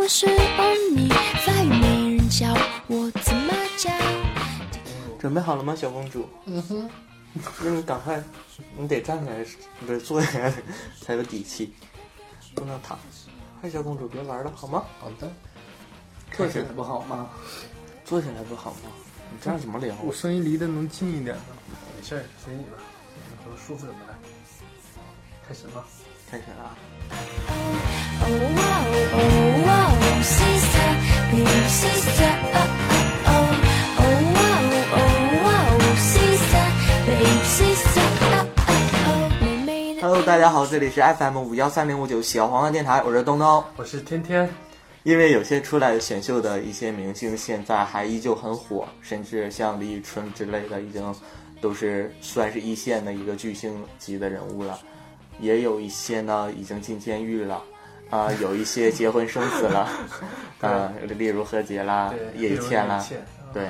我是欧尼，法语没人教我怎么讲。准备好了吗，小公主？嗯哼，那你赶快，你得站起来，不是坐起来才有底气，不能躺。快，小公主，别玩了，好吗？好的。坐起来不好吗？嗯坐起来不好吗？你这样怎么聊？啊我声音离得能近一点吗？没事儿，随你吧，你说舒服怎么来。开始吧。开始了啊！哦哇哦哦哇哦，sister little sister，哦哦哦，哦哇哦哦哇哦，sister little sister，哦哦哦，妹妹的。 Hello，大家好，这里是 FM 五幺三零五九小黄瓜电台，我是东东。我是天天，因为有些出来选秀的一些明星，现在还依旧很火，甚至像李宇春之类的，已经都是算是一线的一个巨星级的人物了。也有一些呢已经进监狱了，啊、有一些结婚生子了，呃，例如何洁啦、对，叶一茜啊啦，倩，嗯对，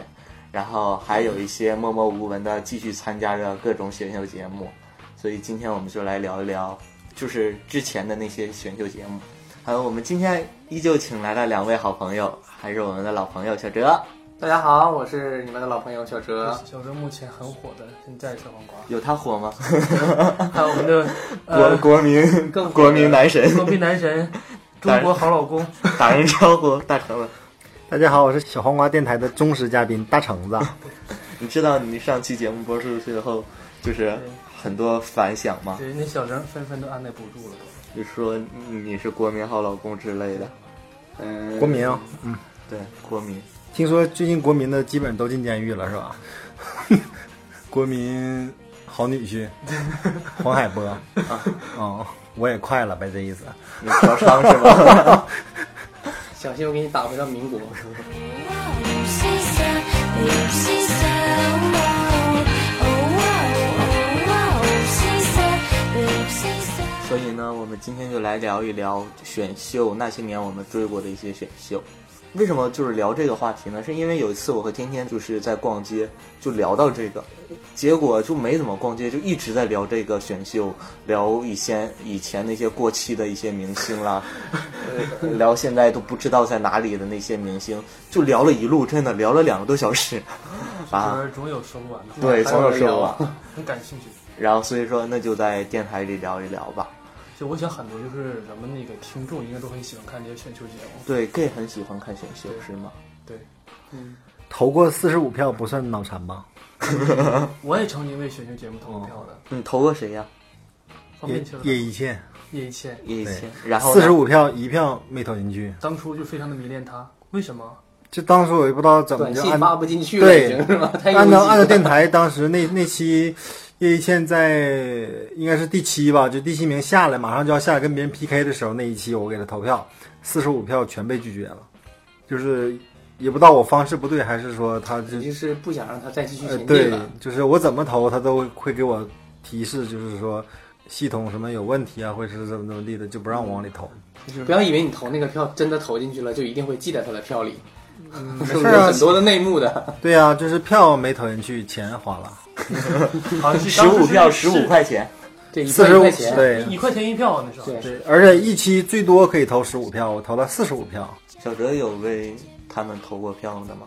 然后还有一些默默无闻的继续参加着各种选秀节目，所以今天我们就来聊一聊，就是之前的那些选秀节目。还有我们今天依旧请来了两位好朋友，还是我们的老朋友小哲。大家好，我是你们的老朋友小哲。小哥目前很火的现在小 黄瓜，有他火吗？还有我们的国、呃国民更火的国民男神，光屁 男神，当中然国好老公，打声招呼，大橙子。大家好，我是小黄瓜电台的忠实嘉宾大橙 子。你知道你上期节目播出去后，就是很多反响吗？对，那小玲纷纷都按耐不住了。就说你是国民好老公之类的，呃嗯，国民啊，对，国民。听说最近国民的基本都进监狱了，是 吧？国民好女 婿黄海啊波，哦，我也快了呗，这意思。你 嫖娼是吧？小心我给你打回到民国。所以呢，我们今天就来聊一聊选秀那些年我们追过的一些选秀。为什么就是聊这个话题呢？是因为有一次我和天天就是在逛街，就聊到这个，结果就没怎么逛街，就一直在聊这个选秀，聊以前以前那些过气的一些明星啦，呃聊现在都不知道在哪里的那些明星，就聊了一路，真的聊了两个多小时，啊，就是总有说不完的，对，从头说完。很感兴趣。然后所以说，那就在电台里聊一聊吧。就我想很多就是咱们那个听众应该都很喜欢看这些选秀节目，对，gay 很喜欢看选秀是吗？对，投过四十五票不算脑残吧？我也曾经为选秀节目投过票的，你嗯投过谁呀、方叶便秋叶一茜，叶一茜，叶一茜对。然后四呢十，五票一票没投进去。当初就非常的迷恋他，为 什么？这当时我也不知道怎么短就信按发不进去了，已对经是吧？太按照按照着电台当时那那期叶一茜在应该是第七吧，就第七名下来，马上就要下来跟别人 PK 的时候，那一期我给她投票，四十五票全被拒绝了，就是也不知道我方式不对，还是说她你这就是不想让他再继续呃前进对了。，就是我怎么投她都会给我提示，就是说系统什么有问题啊，或者是怎么怎么地的，就不让我往里 投。不要以为你投那个票真的投进去了，就一定会记在他的票里，没是事不是 有啊很，多的内幕的？对呀、就是票没投进去，钱花了，好像是十五票十五15，块钱，对，一四块十一五块钱，对。一块钱一票那时候，对对，而且一期最多可以投十五票，我投了四十五票。小哲有为他们投过票的吗？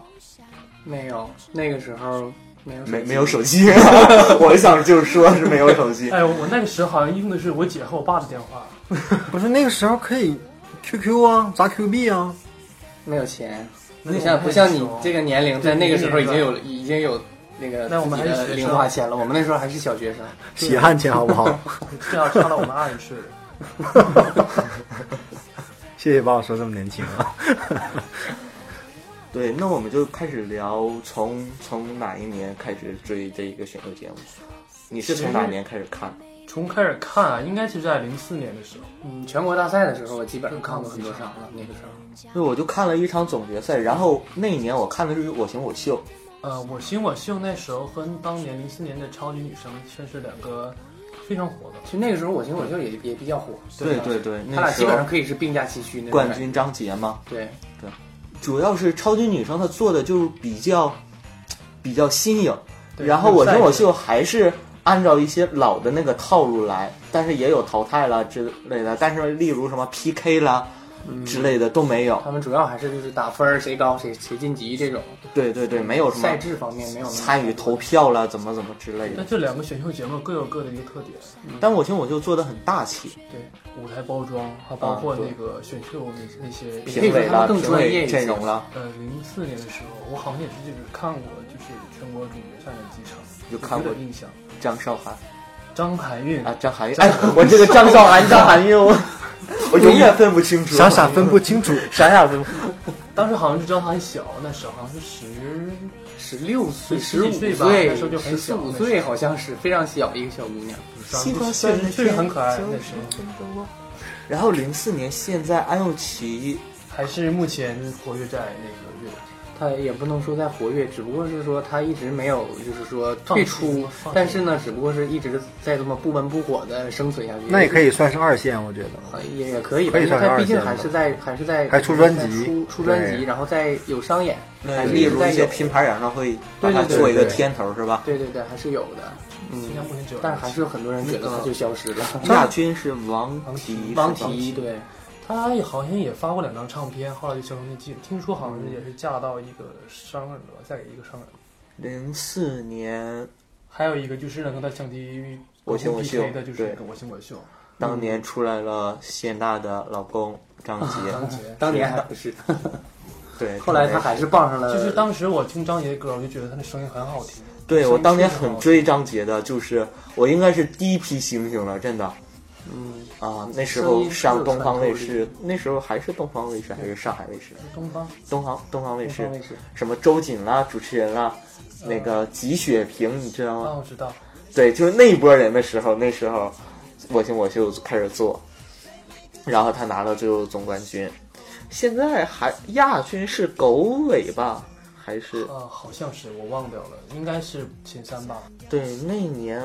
没有那个时候没有手机没没有手机， 我想就是说是没有手 机。哎，我那个时候好像用的是我姐和我爸的电话，不是那个时候可以 QQ 啊，砸 Q 币啊，没有钱，那不我像们不像还你小这个年龄，在那个时候已经有已经有那个那我们自己还的是学生零花钱了。我们那时候还是小学生，血汗钱好不好？这样差了我们二十岁了。谢谢把我说这么年轻啊。对，那我们就开始聊从从哪一年开始追这一个选秀节目？你是从哪年开始看？ 从开始看啊，应该是在零四年的时候，嗯，全国大赛的时候我基本上看过嗯很多场了。那个时候。对，我就看了一场总决赛，然后那一年我看的是《我型我秀呃，我行我秀那时候和当年零四年的超级女声算是两个非常火的，其实那个时候我行我秀也也比较火，》。对对对，他那俩时基本候上可以是并驾齐驱那种冠感觉。军张杰嘛，对，主要是超级女生她做的就是比较比较新颖，对然后我那听个赛我季秀还是按照一些老的那个套路来，但是也有淘汰了之类的，但是例如什么 PK 啦，嗯之类的都没有。他们主要还是就是打分儿，谁高谁谁晋级这种。对对对，没有什么赛制方面没有那么参与投票啦，怎么怎么之类但的。这两个选秀节目各有各的一个特点，但我听我就做的很大气，对舞台包装，还包括啊对那个选秀那那些比评委啦、可以说他们更评专业委一些阵容啦，呃，零四年的时候，我好像也是就是看过，就是全国总决赛的几场，就看过有印象。张韶涵张含韵啊，张含韵，哎，我这个张韶 涵、张含韵，我我永远分不清楚，傻傻分不清楚。傻傻分不。当时好像是张含小，那时候好像是十，十六岁、十十五几岁吧那时候就很十四小五那岁时候好像是非常小一个小姑娘。西瓜虽然确实很可爱，但是然后零四年，现在安又琪还是目前活跃在那个乐坛。她也不能说在活跃，只不过是说她一直没有就是说放退弃出放弃，但是呢，只不过是一直在这么不温不火的生存下去。那也可以算是二线，我觉得。呃，也也可以，可以因为上他二毕竟线还的是在还是在还出专辑出出专辑，对然后再有商演，还是哎例一直如在一些有。拼盘演唱会，把对对它对做一个对天头是吧？对对对，还是有的，现在目前只有，嗯但是还是有很多人觉得他就消失 了。亚军是王提提，王是吧提，对，他也好像也发过两张唱片，后来就销声匿迹。听说好像嗯是也是嫁到一个商人了吧，嫁给一个商人。零四年，还有一个就是能跟他相提我行我秀 PK 的，就是那个对我行我秀，当嗯年出来了谢娜的老公张杰，张杰。当年还不是，对，啊后来他还是傍上了。就是当时我听张杰的歌，我就觉得他的声音很好听。对我当年很追张杰的，就是我应该是第一批星星了，真的。嗯啊，那时候上东方卫声音是有视，那时候还是东方卫视还是上海卫视？东方东方东方卫视东方卫嗯视，什么周瑾啦，主持人啦，那个吉雪萍，你知道啊，吗？我知道，对，就是那一波人的时候，那时候我行我秀开始做，然后他拿了最后总冠军。现在还亚军是狗尾吧？还是啊，好像是我忘掉了，应该是前三吧。对，那一年，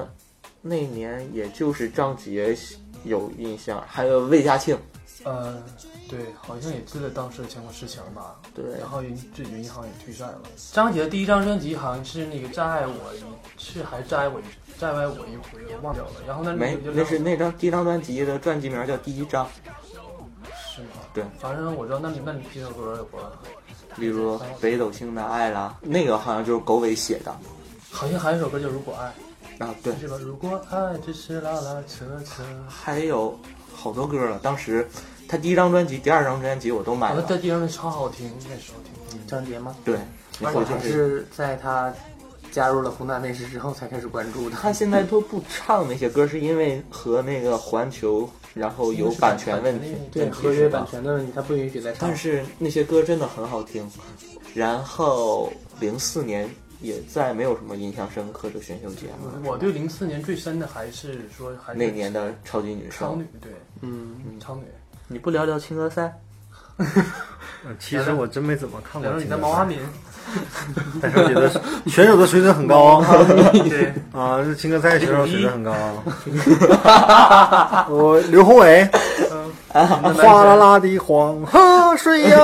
那一年也就是张杰有印象，还有魏佳庆，呃，对，好像也是在当时前过十强吧。对然后云这云好像也退赛了。张杰的第一张专辑好像是那个《再爱我一》，是还是《再爱我一》《再爱我一回》，我忘掉了。然后那没有，有那是那张第一张专辑的专辑名叫《第一张》，是吗？对反正我知道那里那里这首歌有关，例如《北斗星的爱》啦，那个好像就是狗尾写的好像还有一首歌叫《如果爱》，啊，对，是吧？如果爱只是拉拉扯扯。还有好多歌了。当时他第一张专辑、第二张专辑我都买好像了，在地上超好听，那时候听。张杰吗？对，然后我就还是。是在他加入了湖南卫视之后才开始关注的。他现在都不唱那些歌，是因为和那个环球，然后有版权问题，对问题合是约吧版权的问题，他不允许再唱。但是那些歌真的很好听。然后零四年也再没有什么印象深刻的选秀节目了，我对零四年最深的还是说还是那年的超级女超声女，，对，嗯，超女。你不聊聊青歌赛？呃其实我真没怎么看过然后你金在牛毛啊阿座，敏，但是我觉得选手的水准很高啊。 对，啊，这青歌赛选手水准很高啊。 我刘宏伟，嗯啊哗啦啦的黄河水 呀。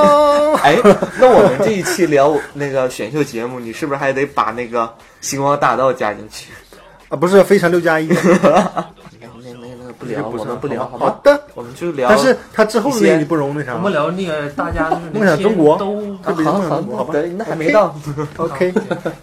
哎，那我们这一期聊那个选秀节目，你是不是还得把那个《星光大道》加进去？啊，不是非常六加一。那那那不聊，不是我们不聊，好好吧？的，我们就聊。啊但是他之后一些那你不容那啥我。们聊那个大家就是梦想中国都特别好梦想好中国，好吧对，那还没到。 ？OK，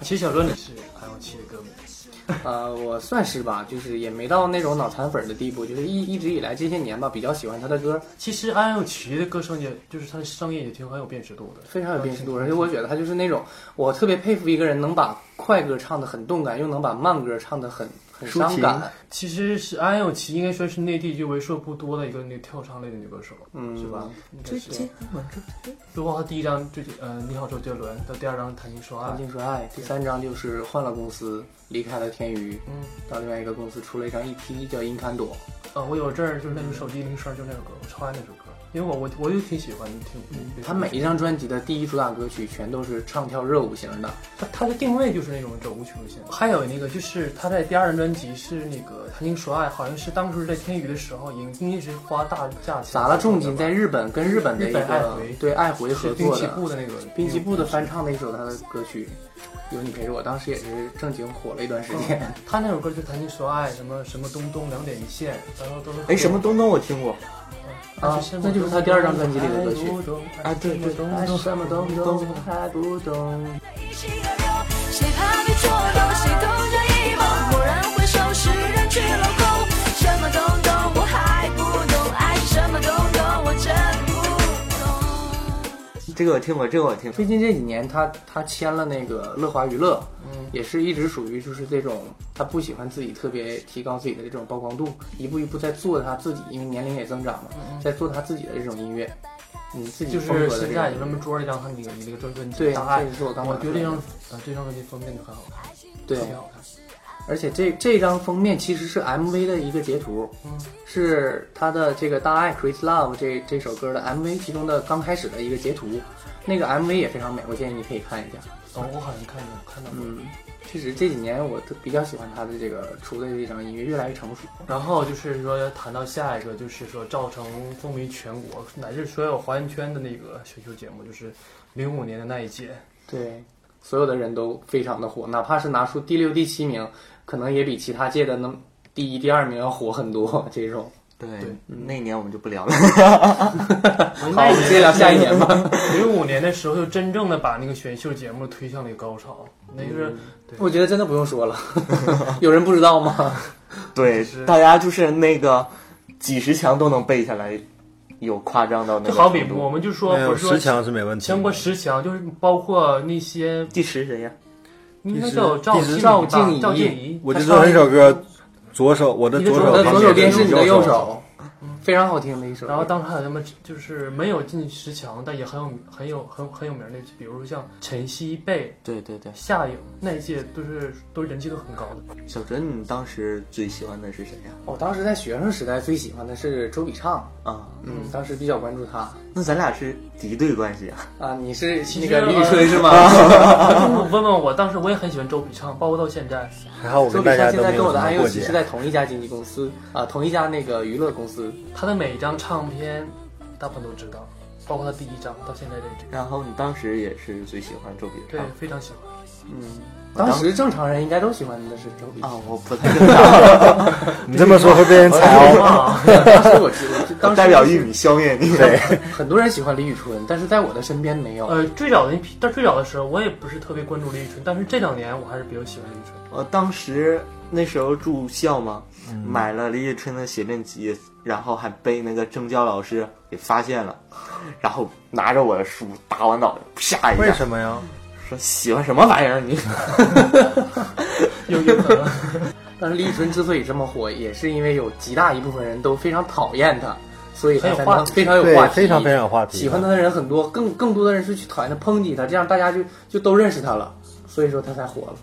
其实小时候你是安永琪的歌迷，呃，我算是吧，就是也没到那种脑残粉儿的地步，就是一一直以来这些年吧，比较喜欢他的歌，其实安永琪的歌声也就是她的声音也挺很有辨识度的，非常有辨识度。而且我觉得他就是那种，我特别佩服一个人能把快歌唱得很动感，又能把慢歌唱得很很抒伤情感。其实是安永琪应该说是内地就为数不多的一个那个跳唱类的女歌手，嗯，是吧？应该是，包括她第一张最呃你好周杰伦，到第二张谈情说爱谈，情说爱，啊第三张就是换了公司，离开了天娱，嗯，到另外一个公司出了一张 EP 叫《In 看朵》，呃，我有阵儿就是那种手机铃声，就那首歌，我超爱那首歌，因为我我我就挺喜欢听。嗯他每一张专辑的第一主打歌曲全都是唱跳热舞型的，他他的定位就是那种走舞曲路线。还有那个就是他在第二张专辑是那个《谈情说爱》，好像是当时在天娱的时候，已经一直花大价钱砸了重金在日本跟日本的一日本爱个回对爱回合是滨作崎的步的那个滨崎步的翻唱的一首他的歌曲，有你陪着我，当时也是正经火了一段时间。他那首歌就谈情说爱，什么什么东东两点一线，然后都是哎，什么东东我听过， 啊那就是他第二张专辑里的歌哎曲啊对对爱是什么东东还不懂。谁怕被捉弄？谁同着一梦？蓦然回首，是人去楼空。什么东东我还不懂，爱是什么东东我真不懂。这个我听过，这个我听过。最近这几年他，他签了那个乐华娱乐，嗯，也是一直属于就是这种他不喜欢自己特别提高自己的这种曝光度，一步一步在做他自己，因为年龄也增长嘛，在做他自己的这种音乐，嗯，自己就风是格的这现种在有那么桌儿一张他那个那个专专辑对， 《大爱这也》，是我刚我觉得这这张张啊这张专辑封面就很好看，对特，别好看。而且这这张封面其实是 MV 的一个截图，嗯是他的这个《大爱 Create Love 这》这首歌的 MV 其中的刚开始的一个截图，那个 MV 也非常美，我建议你可以看一下。哦，我好像看到看到过。嗯，确实这几年我都比较喜欢他的这个出的这张音乐，越来越成熟。然后就是说谈到下一个，就是说造成风靡全国乃至所有华人圈的那个选秀节目，就是零五年的那一届。对，所有的人都非常的火，哪怕是拿出第六、第七名，可能也比其他届的能第一、第二名要火很多。这种，对对，那年我们就不聊了。 啊好，我们接着聊下一年吧。零五年的时候，就真正的把那个选秀节目推向了一个高潮，那就是、嗯对我觉得真的不用说了， 有人不知道吗？ 对，大家就是那个几十强都能背下来，有夸张到那就个好比程度我们就说，没有我十说强是没问题。全国十强，就是包括那些第十谁呀？应该叫赵第十赵第十赵赵静静怡，我就知道那首歌，左手我的你的左手手，我的左手边是你的右右。手，非常好听的一首歌。然后当时还有什么，就是没有进十强，但也很有很有很很有名的，比如说像陈曦贝、对对对，夏颖那一届，都是都人气都很高的。 小珍，你当时最喜欢的是谁呀？我当时在学生时代最喜欢的是周笔畅，啊，嗯，当时比较关注她。那咱俩是敌对关系啊？啊，你是其那实个李宇呃春是吗？ 问问我，当时我也很喜欢周笔畅，包括到现在。还好我周跟笔大畅家现都在没跟有什么过我的爱优奇节是。在同一家经纪公司啊，同一家那个娱乐公司。他的每一张唱片，大部分都知道，包括他第一张到现在这一张，然后你当时也是最喜欢周笔对畅，非常喜欢。嗯，当时正常人应该都喜欢的是周笔畅。啊，我不太知道，你这么说会被人踩哦。啊，当时我记 得，当时代表玉米消灭你。对，很多人喜欢李宇春，但是在我的身边没有。呃，最早的一批，但最早的时候我也不是特别关注李宇春，但是这两年我还是比较喜欢李宇春。我呃当时那时候住校嘛，买了李宇春的写真集，然后还被那个政教老师给发现了， 然后拿着我的书打我脑袋，啪一为下，什么呀？说喜欢什么玩意儿你？有有可能， 但是李宇春之所以这么火，也是因为有极大一部分人都非常讨厌她，所以她才很有话能题非常有对话，题，非常非常有话题。喜欢他的人很多，更更多的人是去讨厌他、抨击他，这样大家就就都认识他了，所以说他才火了。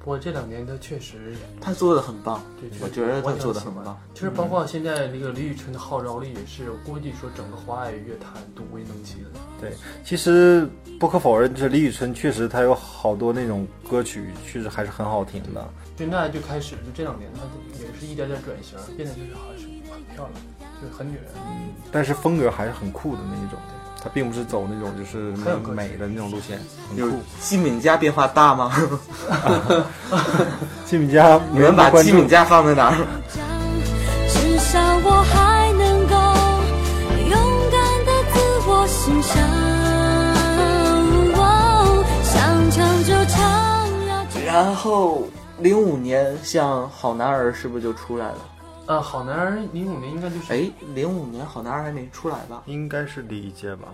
不过这两年他确实， 他做的很棒对，我觉得我他挺做的喜很欢棒。就是包括现在那个李宇春的号召力，也是我估计说整个华语乐坛都无人能及的。对，其实不可否认，就是李宇春确实她有好多那种歌曲，确实还是很好听的。现在就开始，就这两年她也是一点点转型，变得就是还是很漂亮，就是很女人。但是风格还是很酷的那一种，它并不是走那种就是很有个性美美的那种路线，很就是酷。季敏佳变化大吗？ 季敏佳，你没人们把关季注敏佳放在哪儿？至少我还能够勇敢的自我欣赏。哦想唱就唱，要唱 然后零五年像《好男儿》是不是就出来了？呃，好男儿零五年应该就是哎，零五年《好男儿》还没出来吧？应该是理解吧？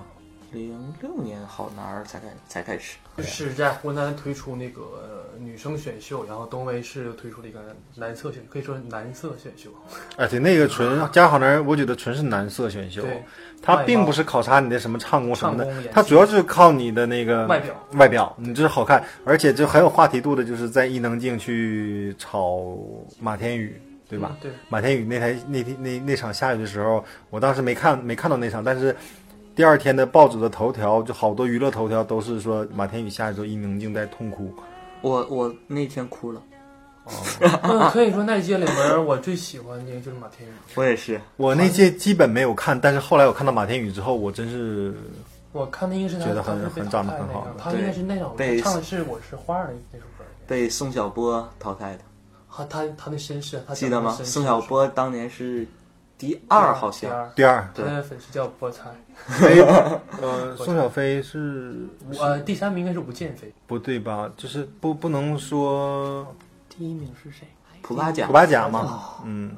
零六年《好男儿》才开才开始。就是在湖南推出那个呃女生选秀，然后东北市又推出了一个男色选，可以说男色选秀。而且哎那个纯加好男人，我觉得纯是男色选秀嗯对，他外并貌不是考察你的什么唱功什么唱功的演，技他主要就是靠你的那个外表，外表，你就是好看，而且就很有话题度的，就是在伊能静去炒马天宇，对吧？嗯对马天宇那台那天那那场下雨的时候，我当时没看没看到那场，但是第二天的报纸的头条就好多娱乐头条都是说马天宇下雨之后，伊能静在痛哭，我我那天哭了，嗯，可以说那一届里面我最喜欢的就是马天宇。我也是。我那届基本没有看，但是后来我看到马天宇之后，我真是我看的应该是他觉得很当时被很淘长得汰很那好个的他应该是那首对他唱的是《我是花儿》的那首歌。被宋小波淘汰的，他他他的身世，他记得吗？嗯讲的身世宋小波当年是第二，好第像二第二，他的粉丝叫菠菜。飞，呃，宋小飞是吴呃，第三名应该是吴建飞。不对吧？就是不不能说第一名是谁？普巴甲古，巴甲嘛，嗯，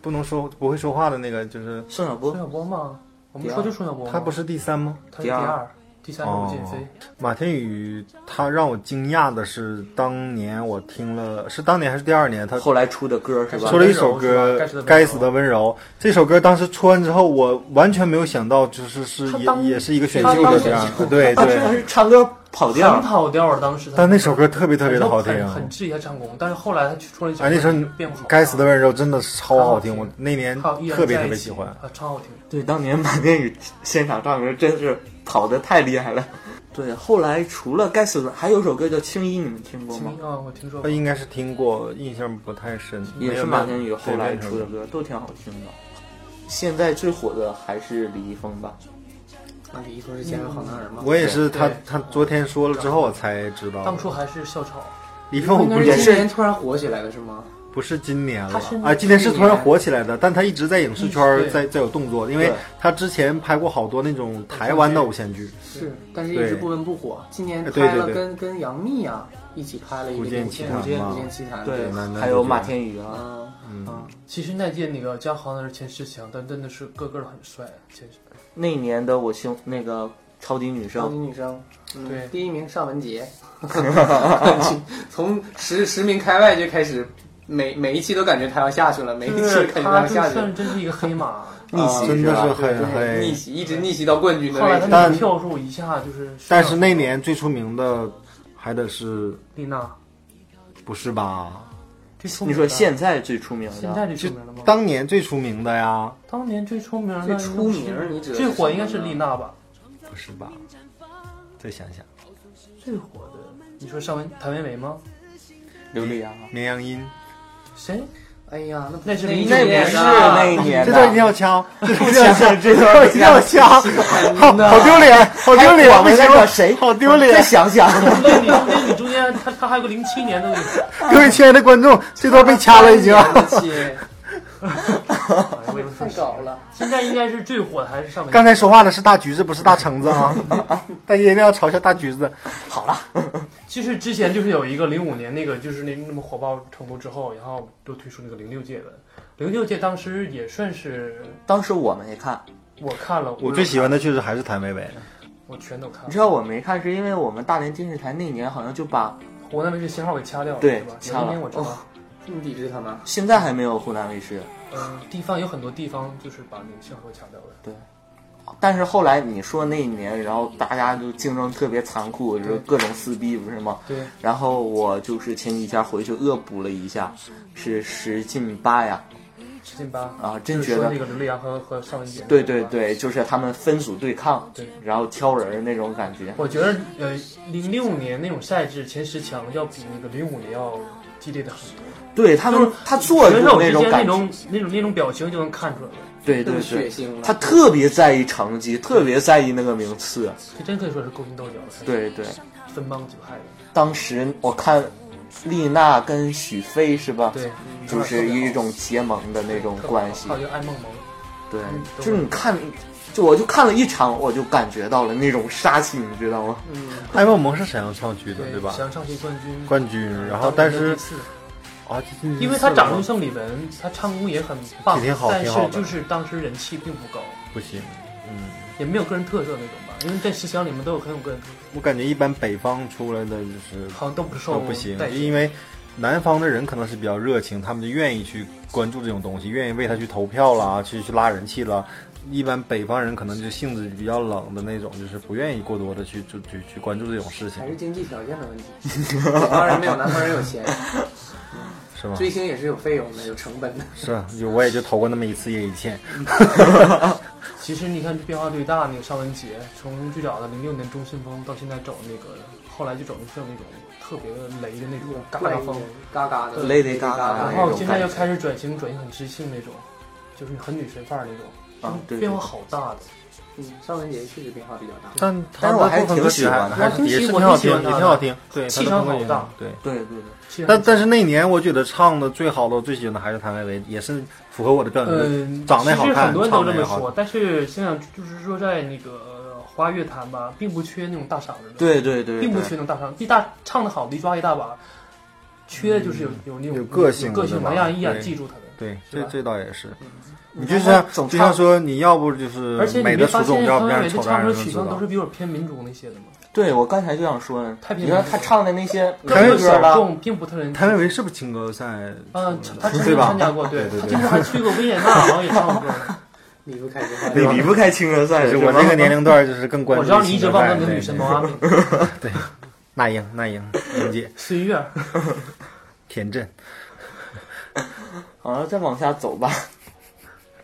不能说不会说话的那个，就是宋小宋波，小波吗？我们第二说就宋小波吗，他不是第三吗？哦他是第第二哦二，第三是哦吴建飞。马天宇，他让我惊讶的是，当年我听了是当年还是第二年，他后来出的歌是吧出？了一首歌该死的温柔是吧《该死的温柔》。这首歌当时出完之后，我完全没有想到，就是是他也当也是一个选他秀当的选这样秀的，对他真的对。是唱歌跑调很，跑调啊！当时他但那首歌特别特别的好听，啊很很质疑他唱功，但是后来他去出了一首哎，那首《变不好，该死的温柔》真的超好听，好我听那年还有依然特别在特别一起喜欢。啊，超好听。对，当年马天宇现场唱歌真是跑得太厉害了。对，后来除了《该死的》，还有首歌叫《青衣》，你们听过青吗衣？啊，我听说他过。应该是听过，印象不太深。也没是有马没天有宇后对来没有出的歌，都挺好听的。现在最火的还是李易峰吧？那李易峰是前面好男儿吗？我也是他对他昨天说了之后我才知道的。当初还是校草，李峰我应不该是是今年突然火起来的是吗？不是今年了他是啊，今年是突然火起来的，但他一直在影视圈儿对在在有动作，因为对他之前拍过好多那种台湾的偶像剧，是，但是一对直不温不火。今年哎对拍了对对跟跟杨幂啊一起拍了一个古剑奇谭古剑嘛古剑奇谭对男，男还主有角马天宇啊，嗯，嗯，其实那届那个嘉豪那是前十强，但真的是个个都很帅，真是。那年的我兄那个超级女超级声，女声，嗯对第一名尚 雯婕，从十十名开外就开始，每每一期都感觉她要下去了，每一期是感觉他她要就下去算了，是真是一个黑马，逆袭啊真的是吧？很对逆黑。袭一直逆袭到冠军的后来位他置。那但个票数一下就是。但是那年最出名的还得是丽娜，不是吧？最出你名的说现在最出名现在的最出名的吗？当年最出名的呀，当年最出名的最出名应该是你指的是最火应该是什么呢丽娜吧？不是吧？再想想，最火的，你说上文谭维维吗？刘力扬啊，绵羊音，谁？哎呀，那那是一零那不九年年是啊 那一年这段一定的。要掐，这段一定要掐，这段一定要掐，好真的好丢脸，好丢哎脸，我们不行那了个谁好丢再脸。想想， 那你那你中间他他还有个零七年的那个， 各位亲爱的观众，这段被掐了已经。切哎呀我也不 太说搞了。现在应该是最火的还是上文？刚才说话的是大橘子，不是大橙子啊！大家一定要嘲笑大橘子。其实之前就是有一个零五年那个，就是那那么火爆程度之后，然后就推出那个零六届的。零六届当时也算是当时我没看，我看了，我最喜欢的确实还是谭维维，我全都看你了。知道我没看是因为我们大连电视台那年好像就把湖南卫视信号给掐掉了，对吧？掐了哦有一年我知道，这么抵制他们？现在还没有湖南卫视，嗯，地方有很多地方就是把那个信号给掐掉了。但是后来你说那一年，然后大家就竞争特别残酷，就是各种撕逼，不是吗？对。然后我就是前几天回去恶补了一下，是十进八呀，十进八啊真就是觉得说那个刘力扬和和尚雯婕。对对吧。对，就是他们分组对抗，对然后挑人儿那种感觉。我觉得呃，零六年那种赛制前十强要比那个零五年要激烈的很多，对他就是们，他做选出手之种间那感觉，种那种那种表情就能看出来了，对这对么血对，腥了。他特别在意成绩，特别在意那个名次。这真可以说是勾心斗角，对对，分帮结派的。当时我看丽娜跟许飞是吧？对，就是一种结盟的那种关系还。有就爱梦萌，对嗯，就是你看，就我就看了一场，我就感觉到了那种杀气，你知道吗？嗯艾梦萌是沈阳唱区的，对对吧？想上去冠军，冠军嗯，然后但当年的是第四啊，这这因为他长得就像李玟，他唱功也很棒，挺好但挺好是的就是当时人气并不高，不行，嗯，也没有个人特色那种吧，因为在十强里面都有很有个人特色，我感觉一般北方出来的就是好像都不受都不行，待就见因为南方的人可能是比较热情，他们就愿意去关注这种东西，愿意为他去投票啦，去去拉人气啦。一般北方人可能就性子比较冷的那种，就是不愿意过多的去就去去关注这种事情还，是经济条件的问题，北方人没有南方人 有钱，是吗？追星也是有费用的，有成本的。是啊，就我也就投过那么一次叶一茜，其实你看变化最大那个尚雯婕，从最早的零六年中信风到现在走那个，后来就走那种那种特别雷的那种嘎怪嘎异风，嘎嘎的， Lady Gaga 然那后种现在又感觉开始转型，转型很知性那种，就是很女神范儿那种。啊，对，变化好大的，嗯，尚雯婕确实变化比较大。嗯但但是我还部分挺歌喜曲欢的还我是也挺喜是挺好听，我也挺喜欢挺她好的听。对，气她的场风格好也大对。对对对，但但是那年我觉得唱的最好的，我最喜欢的还是谭维维，也是符合我的标准，嗯，呃长得也好其实看，很多人都唱这的也么好说，但是想想就是说，在那个华乐坛吧，并不缺那种大嗓子的，，对对对，并不对缺那种大嗓，一大唱的好的一抓一大把，缺的就是有有那种嗯有个性个性对吧能让一眼对记住他的。对，是这吧嗯这倒也是。你你就看像他总就像唱说，你要不就是而且嗯美你的没出发众，现要张不伟然伟丑这的让唱歌人知曲风都道是。比较偏民族那些的嘛，对我刚才就想说呢，太平你看洋他唱的那些谭民歌维维更是歌小了，众，并不特人。谭维维是不是青歌赛？嗯，他曾对经吧参加过，对对对他对经常还去过维也纳， 好像也唱过歌呢。离不开这话你题。离不开青歌赛，就是是我吧这个年龄段就是更关我注知于青歌道你一直忘赛。不了那个女神毛阿 对，敏、那英、那英、英姐、孙悦，田震，好了，再往下走吧。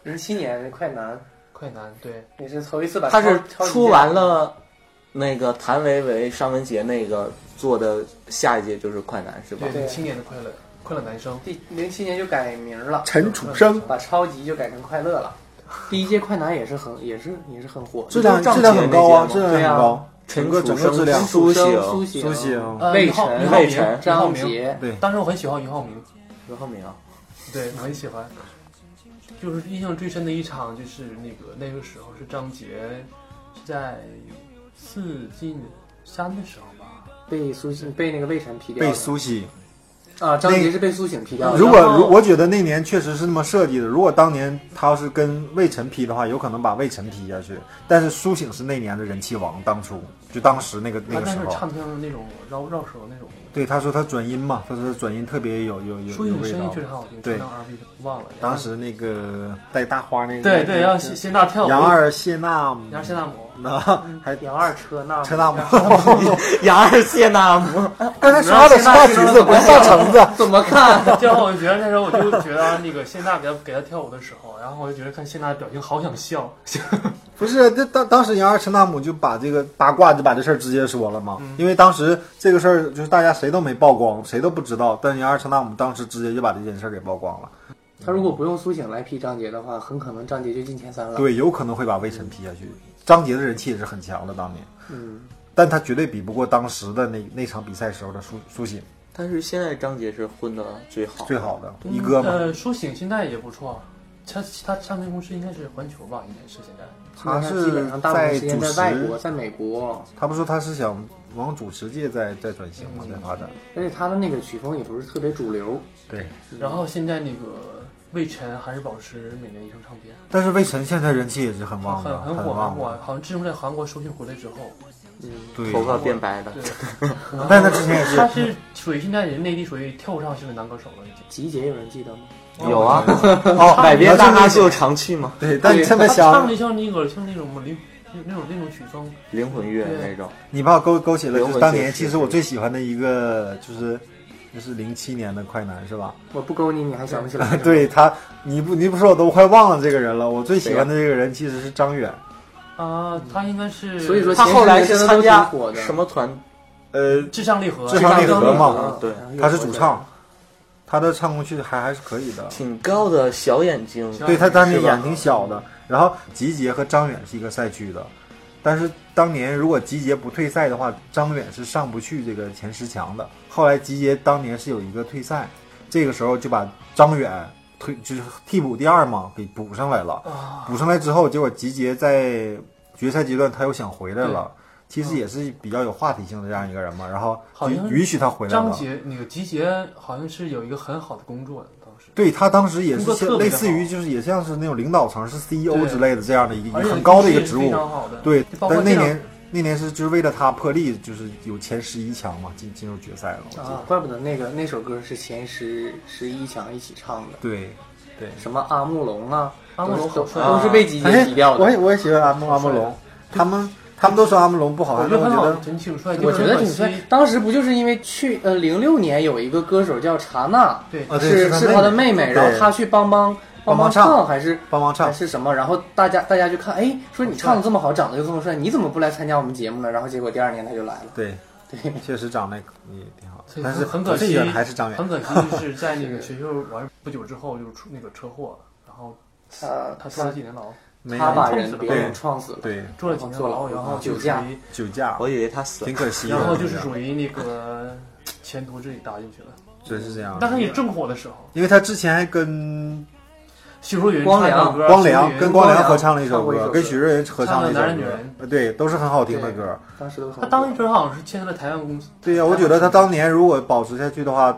零七年快男，快男对，你是头一次把他是超出完，了那个谭维维、尚雯婕那个做的下一届就是快男是吧？对，零七年的快乐快乐男生，第零七年就改名了， 陈楚生，把超级就改成快乐了。第一届快男也是很也是也是很火，质量张质量杰很那高啊，届质吗量很对啊高，陈整个楚整个生质量苏生醒苏醒、苏醒，呃，魏俞浩晨俞浩魏明晨俞浩张明，杰，对，当时我很喜欢俞浩明，刘浩明啊，对我很喜欢。就是印象最深的一场，就是那个那个时候是张杰是在四进三的时候吧，被苏醒被那个魏晨劈掉了，被苏醒。啊，张那杰是被苏醒劈掉的。如果然后如我觉得那年确实是那么设计的，如果当年他要是跟魏晨劈的话，有可能把魏晨劈下去。但是苏醒是那年的人气王，当初就当时那个那他个那时时候候唱，的那种绕绕舌那种，对他说他转音嘛，他说转音特别有有有说有你味声音道确。实很好听，对唱到 R&B 的忘了。当时那个戴大花那个，对对，让谢谢娜跳舞，杨二谢娜，杨二谢娜姆，那还杨二车那车娜姆。 杨二谢娜姆，刚才说到的是大橘子，不是大橙子。怎么看？这样我觉得那时候我就觉得那个谢娜给她给她跳舞的时候，然后我就觉得看谢娜的表情好想笑，不是，这当当时杨二陈纳姆就把这个八卦就把这事儿直接说了嘛，嗯因为当时这个事儿就是大家谁都没曝光，谁都不知道，但是杨二陈纳姆当时直接就把这件事儿给曝光了。他如果不用苏醒来劈张杰的话，很可能张杰就进前三嗯了。，对，有可能会把魏晨踢下去。张杰的人气也是很强的，当年，嗯，但他绝对比不过当时的那那场比赛时候的苏苏醒但是现在张杰是混的最好，最好的一哥嘛，呃，苏醒现在也不错，他他唱片公司应该是环球吧，应该是现在。他基是本上大部分在时间主在外国，持，在美国，他不说他是想往主持界在在转型嗯嘛，在发展。而且他的那个曲风也不是特别主流。对，然后现在那个魏晨还是保持每年一张唱片，但是魏晨现在人气也是很旺很的，很很火很旺火的，，好像自从在韩国收听回来之后，对，头发变白了。对，但他之前也是他是属于现在人内地属于跳不上去的男歌手了已经。集结有人记得吗？有啊， 哦百变大咖秀常去吗？对，但你特别他唱想，的像那个像那种灵那种那种曲风，灵魂乐那种，你把我勾勾起了，灵就魂是当年解释其实我最喜欢的一个就是。就是零七年的快男是吧？？，我不勾你，你还想不起来 对他，你不你不说我都快忘了这个人了。我最喜欢的这个人其实是张远，啊，他应该是所以说他后来前是十年参现在都加挺火的什么团？呃，至上励合，至上励合嘛嘛，对他是主唱，他的唱功确实还还是可以的。挺高的小眼睛，对他当年是吧眼挺小的，然后集结和张远是一个赛区的，但是当年如果集结不退赛的话，张远是上不去这个前十强的。后来集结当年是有一个退赛，这个时候就把张远推就是替补第二嘛给补上来了。啊，补上来之后，结果集结在决赛阶段他又想回来了，其实也是比较有话题性的这样一个人嘛，然后好像就是允许他回来张了。杰那个集结好像是有一个很好的工作的，当时对他当时也工作是特像别类好似于就是也像是那种领导层是 CEO 对之类的这样的一个而且很高的一个职非务，常好的，对。包但括是这那样年那年是就是为了他破例，就是有前十一强嘛，进进入决赛了。我记得啊，怪不得那个那首歌是前十十一强一起唱的，对对。什么阿木龙啊，阿木龙都好是帅都啊是被集结踢掉的哎我。也我也喜欢阿木阿木龙，他们他们都说阿木龙不好我看，觉但得哦我很觉好得，真挺帅，我觉得挺帅就是很可惜。当时不就是因为去呃零六年有一个歌手叫查娜，对啊对是是是她他的妹妹妹妹，然对后他去帮帮帮忙忙唱还是帮忙唱还是什么？然后大家大家就看，哎，说你唱的这么好，长得又这么帅，你怎么不来参加我们节目呢？然后结果第二年他就来了。对，对，确实长得也挺好所，以但是很可这惜，个还是张远。很 可惜，就是在那个学校玩不久之后就出那个车祸，然后呃他他坐了几年牢。没他把人人别人撞死了，对坐了几年牢，然后就酒属驾于，酒驾，我以为他死挺了，可惜的。然后就是这样属于那个前途自己搭进去了。真是这样的。但是也正火的时候，因为他之前还跟许茹芸、光蔡良康永光许茹良芸跟光良良合唱了一首唱过一歌，首跟歌许茹芸合唱了一首唱了男人歌女人呃对，都是很好听的对歌。当时都很他当时好像是签了台湾公司。对呀、我觉得他当年如果保持下去的话，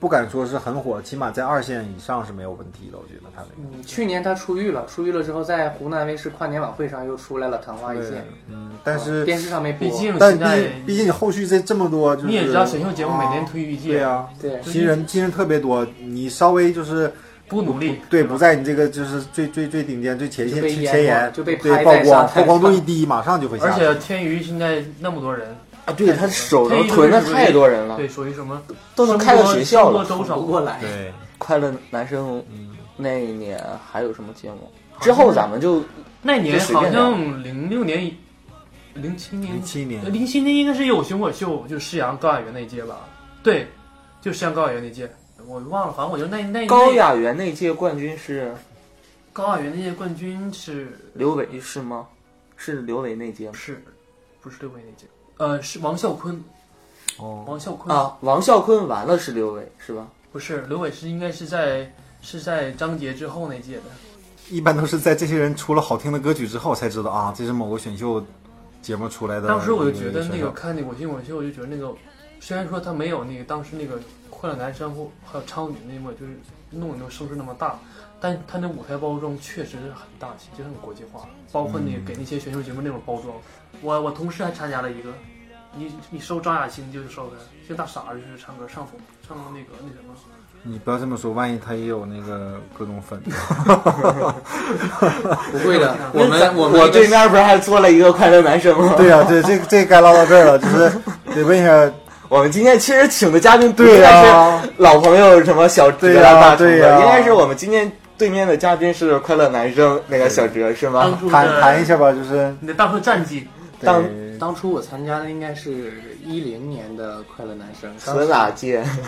不敢说是很火，起码在二线以上是没有问题的。我觉得他那个，嗯去年他出狱了，出狱了之后，在湖南卫视跨年晚会上又出来了《昙花一对现，嗯，但》，是电视上没嗯播。毕竟但现毕在竟毕竟你后续这这么多，就是你也知道，选秀节目每年推一对届，呀、对，新人新人特别多，你稍微就是不努力，对不在你这个就是最最最顶尖最前线就被最淹前没沿就被对拍曝在光沙曝滩光度一上低，马上就会下而去。且天娱现在那么多人，啊！对他手都囤了太多人了，对，属于什么都能开到学校了。生活周不少过来，对，快乐男生那一年还有什么节目？之后咱们就那年就随好便聊像零六年、零七年零、七年零七年应该是有熊火秀，就施阳高雅媛那一届吧？对，就施阳高雅媛那届，我忘了，反正我就那那高那雅媛那届冠军是高雅媛那届冠军是刘伟是吗？是刘伟那届吗不？是不是刘伟那届？呃，是王啸坤，哦，王啸坤啊，王啸坤完了是刘伟是吧？不是刘伟是应该是在是在张杰之后那届的，一般都是在这些人出了好听的歌曲之后才知道啊，这是某个选秀节目出来的。当时我就觉得那个看那个《我心我秀》，我就觉得那个虽然说他没有那个当时那个《快乐男生》或还有《超女》那么就是弄得那个声势那么大，但他那舞台包装确实是很大气，就很国际化，包括那个嗯给那些选秀节目那种包装。我我同事还参加了一个，你你收张雅欣就是收他，像大傻子似的唱歌上风，唱那个那什么。你不要这么说，万一他也有那个各种粉，不会的。那我们我们我一个对面不是还坐了一个快乐男生吗？对啊呀、对，这这该唠到这儿了，就是得问一下，我们今天其实请的嘉宾不对呀、但是老朋友什么小哲啊对呀大厨对呀的，应该是我们今天对面的嘉宾是快乐男生那个小哲是当吗？初谈谈一的下吧，就是你的当初战绩，当对当初我参加的应该是一零年的《快乐男生》，和哪届？当时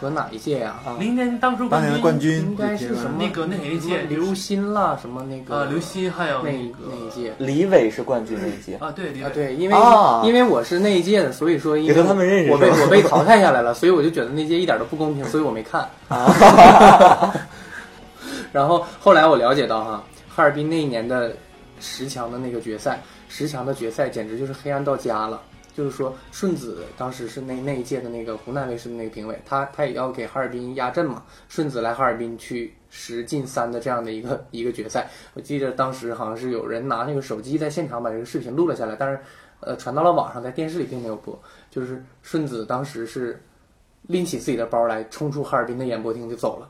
和哪一届呀、啊？零年当初当年的冠军应该是什么那个那谁一届什么刘鑫啦，什么那个呃刘鑫还有那那一个那一届李伟是冠军那一届，啊对李啊，伟对，因为、啊因为我是那一届的，所以说因为你和他们认识我被是吧我被淘汰下来了，所以我就觉得那届一点都不公平，所以我没看。啊 然后后来我了解到哈，哈尔滨那一年的十强的那个决赛，十强的决赛简直就是黑暗到家了。就是说，顺子当时是那那一届的那个湖南卫视的那个评委，他他也要给哈尔滨压阵嘛。顺子来哈尔滨去十进三的这样的一个一个决赛，我记得当时好像是有人拿那个手机在现场把这个视频录了下来，但是呃传到了网上，在电视里并没有播。就是顺子当时是拎起自己的包来，冲出哈尔滨的演播厅就走了，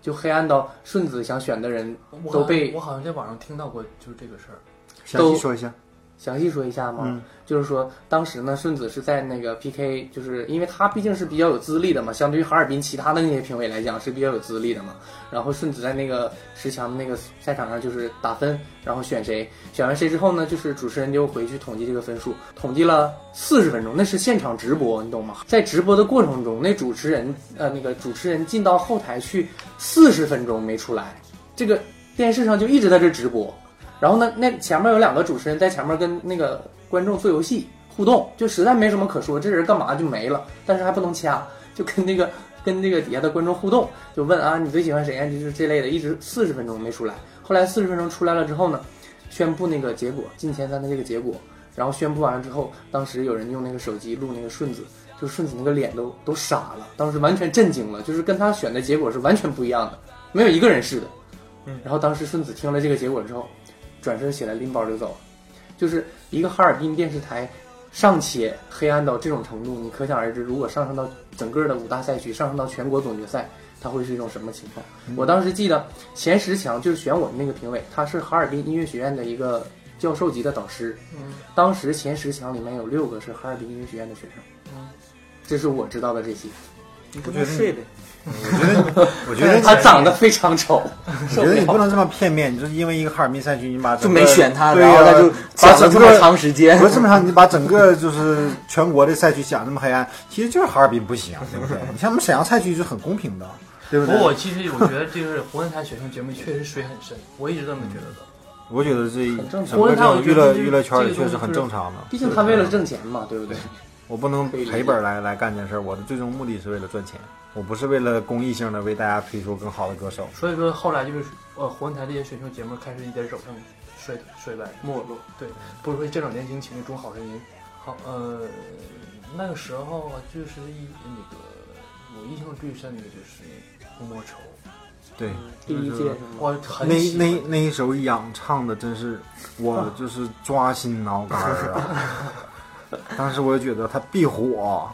就黑暗到顺子想选的人我都好像被我好像在网上听到过，就是这个事儿。详细说一下，详细说一下吗？嗯就是说，当时呢，顺子是在那个 PK，就是因为他毕竟是比较有资历的嘛，相对于哈尔滨其他的那些评委来讲是比较有资历的嘛。然后顺子在那个十强的那个赛场上就是打分，然后选谁，选完谁之后呢，就是主持人就回去统计这个分数，统计了四十分钟，那是现场直播，你懂吗？在直播的过程中，那主持人呃那个主持人进到后台去四十分钟没出来，这个电视上就一直在这直播。然后呢，那前面有两个主持人在前面跟那个观众做游戏互动，就实在没什么可说，这人干嘛就没了，但是还不能掐， 就跟那个跟这个底下的观众互动，就问啊你最喜欢谁呀、就是这类的，一直四十分钟没出来。后来四十分钟出来了之后呢，宣布那个结果，进前三的这个结果。然后宣布完了之后，当时有人用那个手机录那个顺子，就顺子那个脸都都傻了，当时完全震惊了，就是跟他选的结果是完全不一样的，没有一个人是的。嗯，然后当时顺子听了这个结果之后，转身起来拎包就走了，就是一个哈尔滨电视台尚且黑暗到这种程度，你可想而知，如果上升到整个的五大赛区，上升到全国总决赛，它会是一种什么情况？我当时记得前十强就是选我们那个评委，他是哈尔滨音乐学院的一个教授级的导师，当时前十强里面有六个是哈尔滨音乐学院的学生，这是我知道的这些。你跟他睡呗。我觉得你，我觉得你他长得非常丑，我觉得你不能这么片面，你就是因为一个哈尔滨赛区，你把就整个没选他，对然后呀、他就把讲了整这么个长时间不。是这么长，你把整个就是全国的赛区想那么黑暗，其实就是哈尔滨不行，啊对不对？你像我们沈阳赛区就很公平的，对不不对？过我其实我觉得就是湖南台选秀节目确实水很深，我一直这么觉得的。我觉得这很正常整个这种娱我觉得这乐个娱乐圈里这个确实很正常的。毕竟他为嗯了挣钱嘛，对不对？我不能赔本来来干这事儿，我的最终目的是为了赚钱，我不是为了公益性的为大家推出更好的歌手。所以说后来就是呃，红台这些选秀节目开始一点走向衰衰败，没落。对，不是说这两年兴起那中好声音，好呃，那个时候啊，就是一那个我印象最深的就是《莫愁对，第一届是》，吗？我很那喜欢啊那那一首《痒》唱的真是我就是抓心挠肝儿啊！ 当时我就觉得他必火，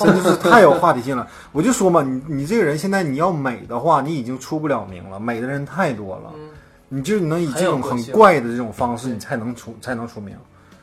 真就是太有话题性了。我就说嘛，你你这个人现在你要美的话，你已经出不了名了，美的人太多了，嗯你就能以这种很怪的这种方式，你才能出才能出名。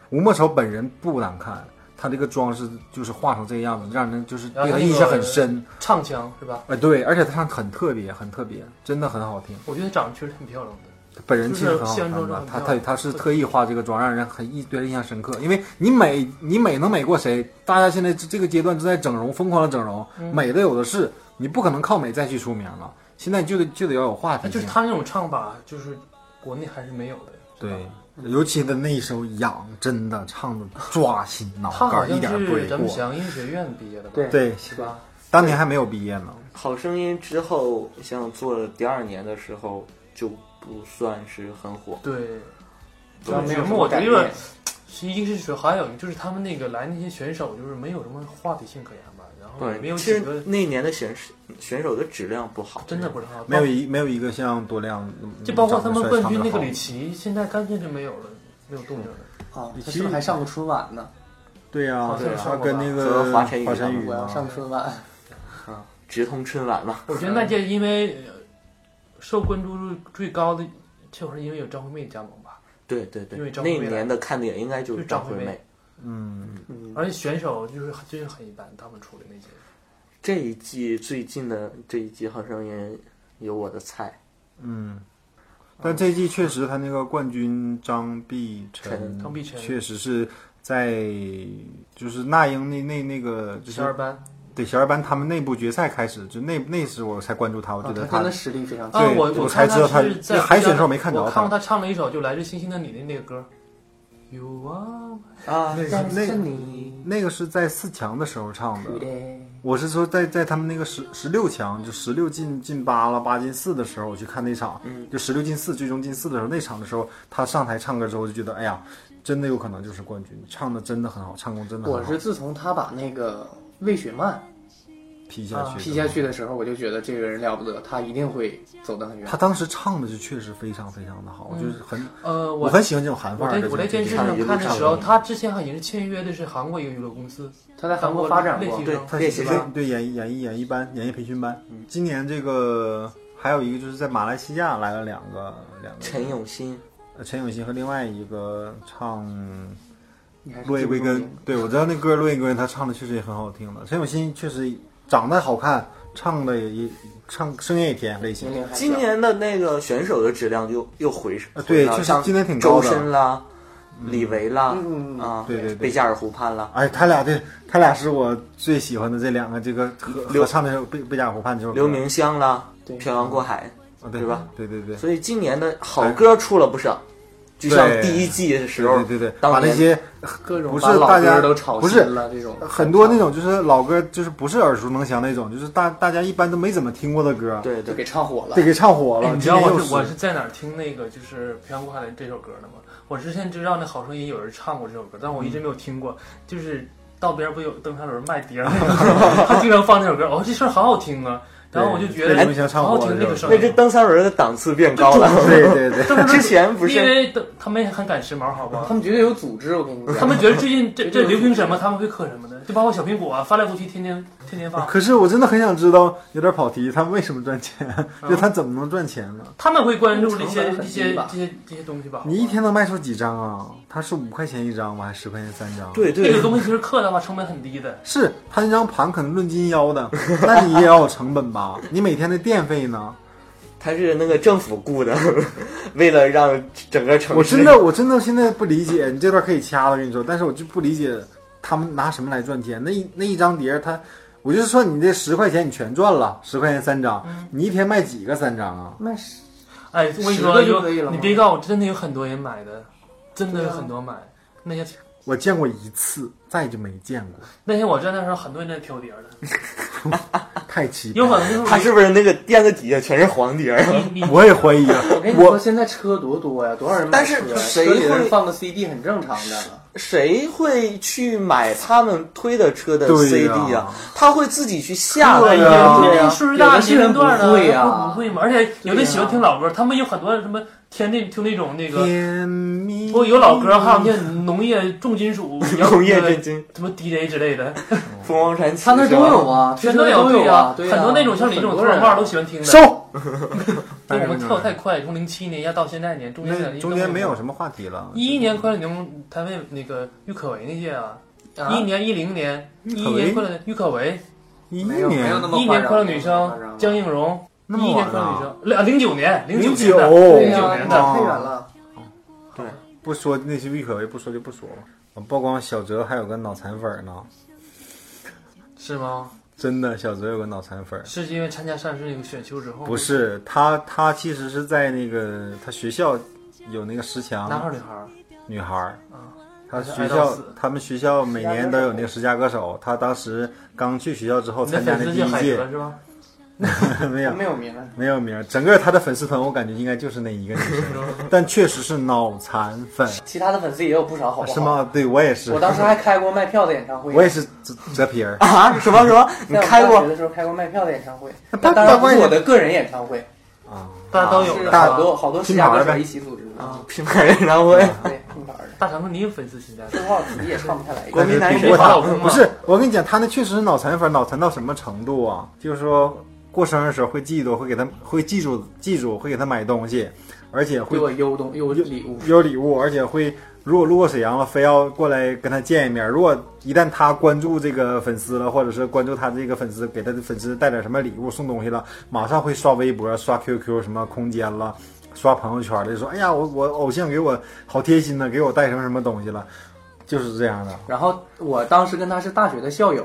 吴莫愁本人不难看，他这个妆是就是画成这个样子，让人就是然后对他那个印象很深。唱腔是吧？哎，对，而且他唱很特别，很特别，真的很好听。我觉得长得确实挺漂亮的。本人其实很就是好看西安的妆，他照他他是特意化这个妆，让人很一对人印象深刻。因为你美，你美能美过谁？大家现在这这个阶段正在整容，疯狂的整容，嗯美的有的是，你不可能靠美再去出名了。现在就得就得要有话题就是性。他那种唱法，就是国内还是没有的。对，嗯尤其的那一首《痒》，真的唱的抓心挠他好肝，像一点儿不为是咱们过。祥音学院毕业的吧？对对，是吧？哦当年还没有毕业呢。好声音之后，像做了第二年的时候，就不算是很火。对，对然后没有节什目么我觉改得变是一个是说，还有就是他们那个来那些选手，就是没有什么话题性可言吧，然后也没对，有其几实嗯个那年的选手选手的质量不好，真的不是很好，没有一没有一个像多亮，就包括他们冠军那个李李琦，现在干脆就没有了，没有动静了。啊，他是不是还上过春晚呢？对呀、好像他上过跟吧那和个华晨宇他华晨们宇我要嘛上春晚，啊，直通春晚嘛。我觉得那届因为呃受关注度最高的，就是因为有张惠妹加盟吧，对对对因为，张那惠妹一年的看点应该就是就是张张惠惠妹妹。嗯，而且选手就是很真是很一般，他们出的那届。这一季最近的这一季好声音有我的菜，嗯，但这季确实他那个冠军张碧晨，晨张碧晨确实是在就是那英那那那个就十二是班对小二班他们内部决赛开始，就那那时我才关注他，我觉啊，得他他真的实力非常强。对啊，我我才看知道他是在海选的时候没看着我看过他他唱了一首就《来自星星的你》的那个歌，You are 啊，那个但那是你，那个是在四强的时候唱的，对我是说在在他们那个十十六强，就十六进进八了，八进四的时候，我去看那场，就十六进四，最终进四的时候，那场的时候，他上台唱歌之后，就觉得哎呀，真的有可能就是冠军，唱的真的很好，唱功真的很好。我是自从他把那个魏雪漫劈下去的，劈啊下去的时候，我就觉得这个人了不得，他一定会走得很远他。当时唱的是确实非常非常的好，就是很呃，我我很喜欢这种韩范我儿在的。我在电视这上种看的时候，他之前好像是签约的是韩国一个娱乐公司，他在韩国发展练过习，对生，他练习是对生对演艺演艺演艺班演艺培训班。今年这个还有一个就是在马来西亚来了两个两个陈永新，呃陈永新和另外一个唱你还《是落叶归根》，对我知道那歌《落叶归根》，他唱的确实也很好听的。陈永新确实长得好看，唱的也也唱声音也甜，类型年。龄还小今年的那个选手的质量又又回啊回对了确实像今年挺高的周深啦，李维啦，嗯嗯嗯啊，对对对贝加尔湖畔啦，哎，他俩对，他俩是我最喜欢的这两个，这个合刘合唱的时候贝贝加尔湖畔这首歌，刘明湘啦对，漂洋过海，啊，对对吧？对对对，所以今年的好歌出了不少，就像第一季的时候，对对对，把当那年些各种不是把老大家歌都炒不新是了，这种很多那种就是老歌，就是不是耳熟能详那种，就是大大家一般都没怎么听过的歌，对就对给唱火了得。给唱火哎了。你知道今年我又是我是在哪儿听那个就是《漂洋过海》的这首歌的吗？我之前知道那《好声音》有人唱过这首歌，但我嗯一直没有听过。就是道边不有登山轮卖碟儿吗？ 他经常放这首歌，哦，这事儿好好听啊。然后我就觉对得被刘翔唱好好火了听这这个首声歌那这音。登三轮的档次变高了。 对对对，之前不因是为都他们也很赶时髦，好吧他？们绝对有组织，我跟你讲。他们觉得最近这这流行什么，他们会磕什么的，就包括小苹果啊，翻来覆去，天天天天放。可是我真的很想知道，有点跑题，他为什么赚钱？嗯就他怎么能赚钱呢？他们会关注这成些本这很些低吧这些这些东西吧？好吧你一天能卖出几张啊？他是五块钱一张吗？还是十块钱三张？，对对这个东西其实刻的话成本很低的，是他那张盘可能论斤腰的，那你也要有成本吧？你每天的电费呢？他是那个政府雇的，为了让整个城市。我真的，我真的现在不理解，你这段可以掐了，我跟你说，但是我就不理解他们拿什么来赚钱。那一那一张碟儿，他，我就是说你这十块钱你全赚了，十块钱三张，你一天卖几个三张啊？卖十哎，我跟你十说，个就有可以了你吗啊别告诉我，真的有很多人买的，真的有很多买。那些我见过一次，再就没见 过，那天我在那时候，很多人在挑碟儿的，太奇有可葩。能就是他是不是那个垫子底下全是黄碟儿？你你我也怀疑啊我跟，你说，我现在车多多呀，多少人买但是车呀谁车里有会人放个 CD 很正常的。谁会去买他们推的车的对 CD 呀啊？他会自己去下来对呀、呀就那对呀岁数大啊有的年龄段是的，不会呀不会嘛？而且有的喜欢对呀啊听老歌，他们有很多什么天那听那种那个，甜蜜。不有老歌，还有那农业重金 属、摇农业滚震惊，什么 DJ 之类的，凤凰传奇他那是都吧有啊，全都都有有啊，对呀很多那种像你这种很头多人发都喜欢听的。收。对，我们跳太快，从零七年一下到现在年，中间那中间没有什么。么话题了。一一年快乐牛单位那个郁可唯那届啊，啊一一年一零年，一郁一可唯年快乐郁可唯，一一没有没有年那，么一一年快乐女夸张生江映蓉，一那么一年晚快乐女了，生，零零九年零零哦九年的对九呀年的太远了。不说那些郁可唯，不说就不说了。曝光小泽还有个脑残粉呢，是吗？真的，小泽有个脑残粉。是因为参加上市那个选秀之后，不是他，他其实是在那个他学校有那个十男孩儿强女孩儿女孩儿啊，他是学爱到校死他们学校每年都有那个十佳歌手，他当时刚去学校之后你的参加粉那丝第就一海届德，是吧？ 没有没有名儿，没有名儿，整个他的粉丝团我感觉应该就是那一个女生， 但确实是脑残粉，其他的粉丝也有不少，好不好？是？吗？对我也是我，当时还开过卖票的演唱会，我也是折折皮 儿，啊？什么什么？你在我开大学过？的时候开过卖票的演唱会，八那当然八不卦是也我的个人演唱会，大家都有是的好啊。多好多私家歌手一起组织的啊，品牌演唱会？对，拼盘的。大长哥，你有粉丝现在？说实话，我自己也唱不太来。国民男但是神比不过华他老公，嘛不是我跟你讲，他那确实是脑残粉，脑残到什么程度啊？就是说过生日的时候会嫉妒，会给他会记住记住，会给他买东西，而且会给我邮东邮礼物，有礼物，而且会如果路过沈阳了，非要过来跟他见一面。如果一旦他关注这个粉丝了，或者是关注他这个粉丝，给他的粉丝带点什么礼物送东西了，马上会刷微博、刷 QQ 什么空间了。刷朋友圈的就说：“哎呀，我我偶像给我好贴心呢，给我带什么什么东西了，就是这样的。然后我当时跟他是大学的校友，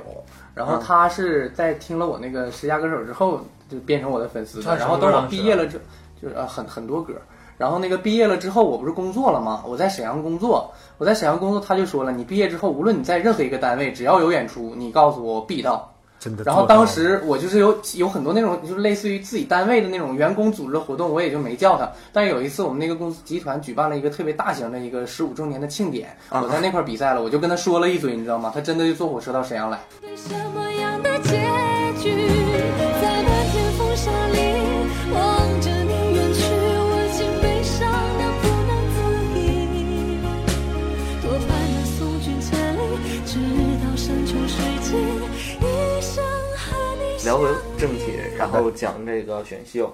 然嗯后他是在听了我那个十佳歌手之后就变成我的粉丝他的，什么然后歌等我当时啊毕业了之，就是呃很很多歌，然后那个毕业了之后，我不是工作了吗？我在沈阳工作，我在沈阳工作，他就说了，你毕业之后，无论你在任何一个单位，只要有演出，你告诉我，我必到。”真的。然后当时我就是有有很多那种就是类似于自己单位的那种员工组织的活动，我也就没叫他。但有一次我们那个公司集团举办了一个特别大型的一个十五周年的庆典，我在那块儿比赛了，我就跟他说了一嘴，你知道吗？他真的就坐火车到沈阳来。什么样的结局？在漫天风沙里，望着你远去，我竟悲伤得不能自已。多盼能送君千里，直到山穷水尽，一生和你相聊回正题，然后讲这个选秀。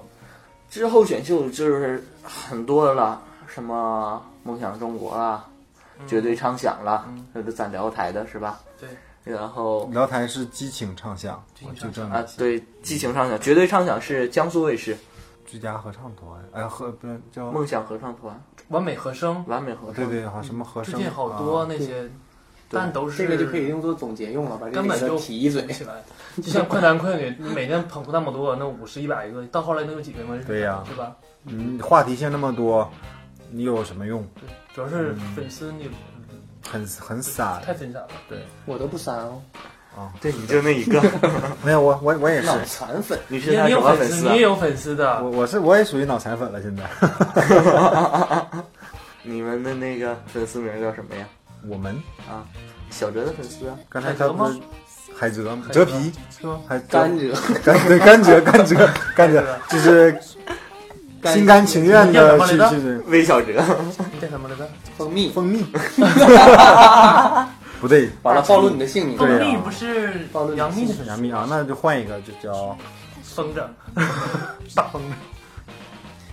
之后选秀就是很多了，什么梦想中国啦，嗯绝对畅想啦，那都咱聊台的是吧？对。然后聊台是激情唱响，我就这啊么，对，激情畅想，绝对畅想是江苏卫视最佳合唱团，哎，合不是叫梦想合唱团，完美和声，完美合对唱。对，好什么和最声，近好多啊那些，但都是这个就可以用作总结用了，把这根个本就 提一嘴。起来，就像快男快女，你每天捧出那么多，那五十一百个，到后来能有几个吗？对呀是吧？嗯，话题性那么多，你有什么用？主要是粉丝你很很散，太分散了，对我都不删哦，对，你就那一 个，没有我我我也是脑，残粉。你你是他也什有么粉丝你啊也？有粉丝的我，我是我也属于脑残粉了。现在你们的那个粉丝名叫什么呀？我们啊，小哲的粉丝啊，刚才他不是海蜇吗海蜇蜇皮是吗？还甘蜇蔗，甘对甘蔗甘蔗甘蔗，就是甘心甘情愿你叫什的么去来着去魏小哲。 你叫什么来着？蜂蜜。蜂蜜，不对，完了，暴露你的姓名。对啊蜂蜜不是杨幂的粉丝，杨幂啊，那就换一个，就叫风筝，大风筝，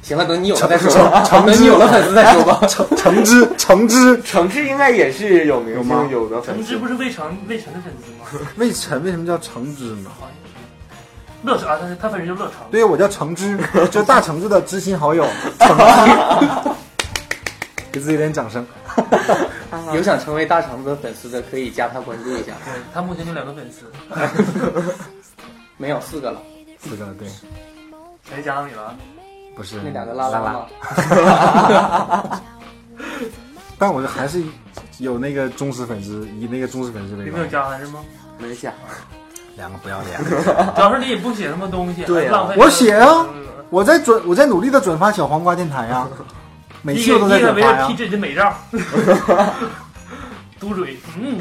行了，等你有了再说吧。橙橙等你汁有了粉丝再说吧。橙橙汁橙汁橙汁应该也是有明有吗星有的橙粉汁丝不，是魏晨魏晨的粉丝 吗？魏晨为什么叫橙汁呢？好像是乐橙啊，他是他粉丝就乐橙，对我叫橙汁， 就大橙子的知心好友橙汁， 给自己点掌声。有想成为大肠子粉丝的，可以加他关注一下。对他目前就两个粉丝，没有四个了。四个对，谁加你了？不是那两个拉拉嘛，但我就还是有那个忠实粉丝，以那个忠实粉丝为你没有荣。加他是吗？没讲，两个不要脸，主要是你也不写什么东西，对啊还浪费我写啊我在转，我在努力的转发小黄瓜电台呀，每一期我个都在一个转围发着 P 呀。自己的美照， 嘟嘴，嗯，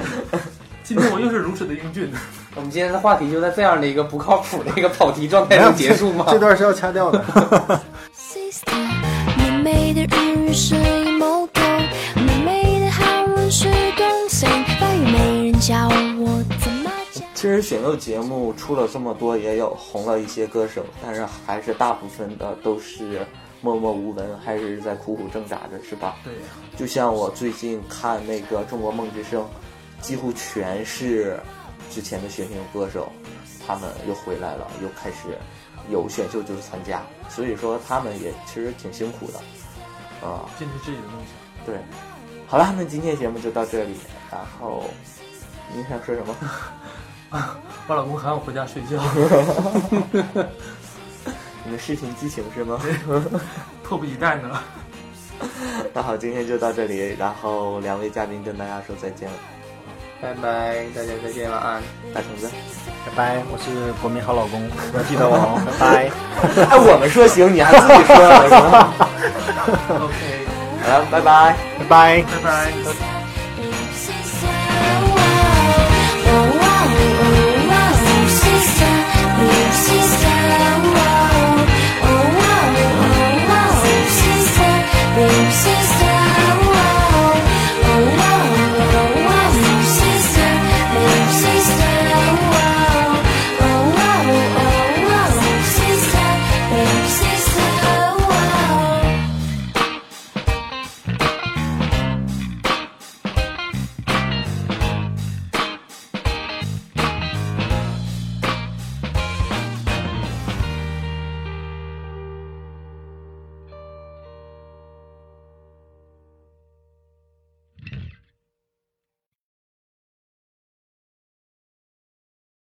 今天我又是如此的英俊，我们今天的话题就在这样的一个不靠谱的一个跑题状态中结束吗？这段是要掐掉的。 Sister，美美的日语是一某种，美美的韩文是东森，外语没人教我怎么讲。其实选秀节目出了这么多，也有红了一些歌手，但是还是大部分的都是默默无闻，还是在苦苦挣扎着，是吧？ 对，就像我最近看那个《中国梦之声》，几乎全是之前的选秀歌手，他们又回来了，又开始有选秀就是参加，所以说他们也其实挺辛苦的，啊、坚持自己的梦想。对。好了，那今天节目就到这里，然后你想说什么？ 我老公喊我回家睡觉，你们视频激情是吗？迫不及待呢。那好，今天就到这里，然后两位嘉宾跟大家说再见了，拜拜，大家再见，晚安。大橙子。拜拜，我是国民好老公，要记得我哦，拜拜。哎，我们说行，你还自己说了，行 OK， 好了，拜拜。拜拜。拜拜。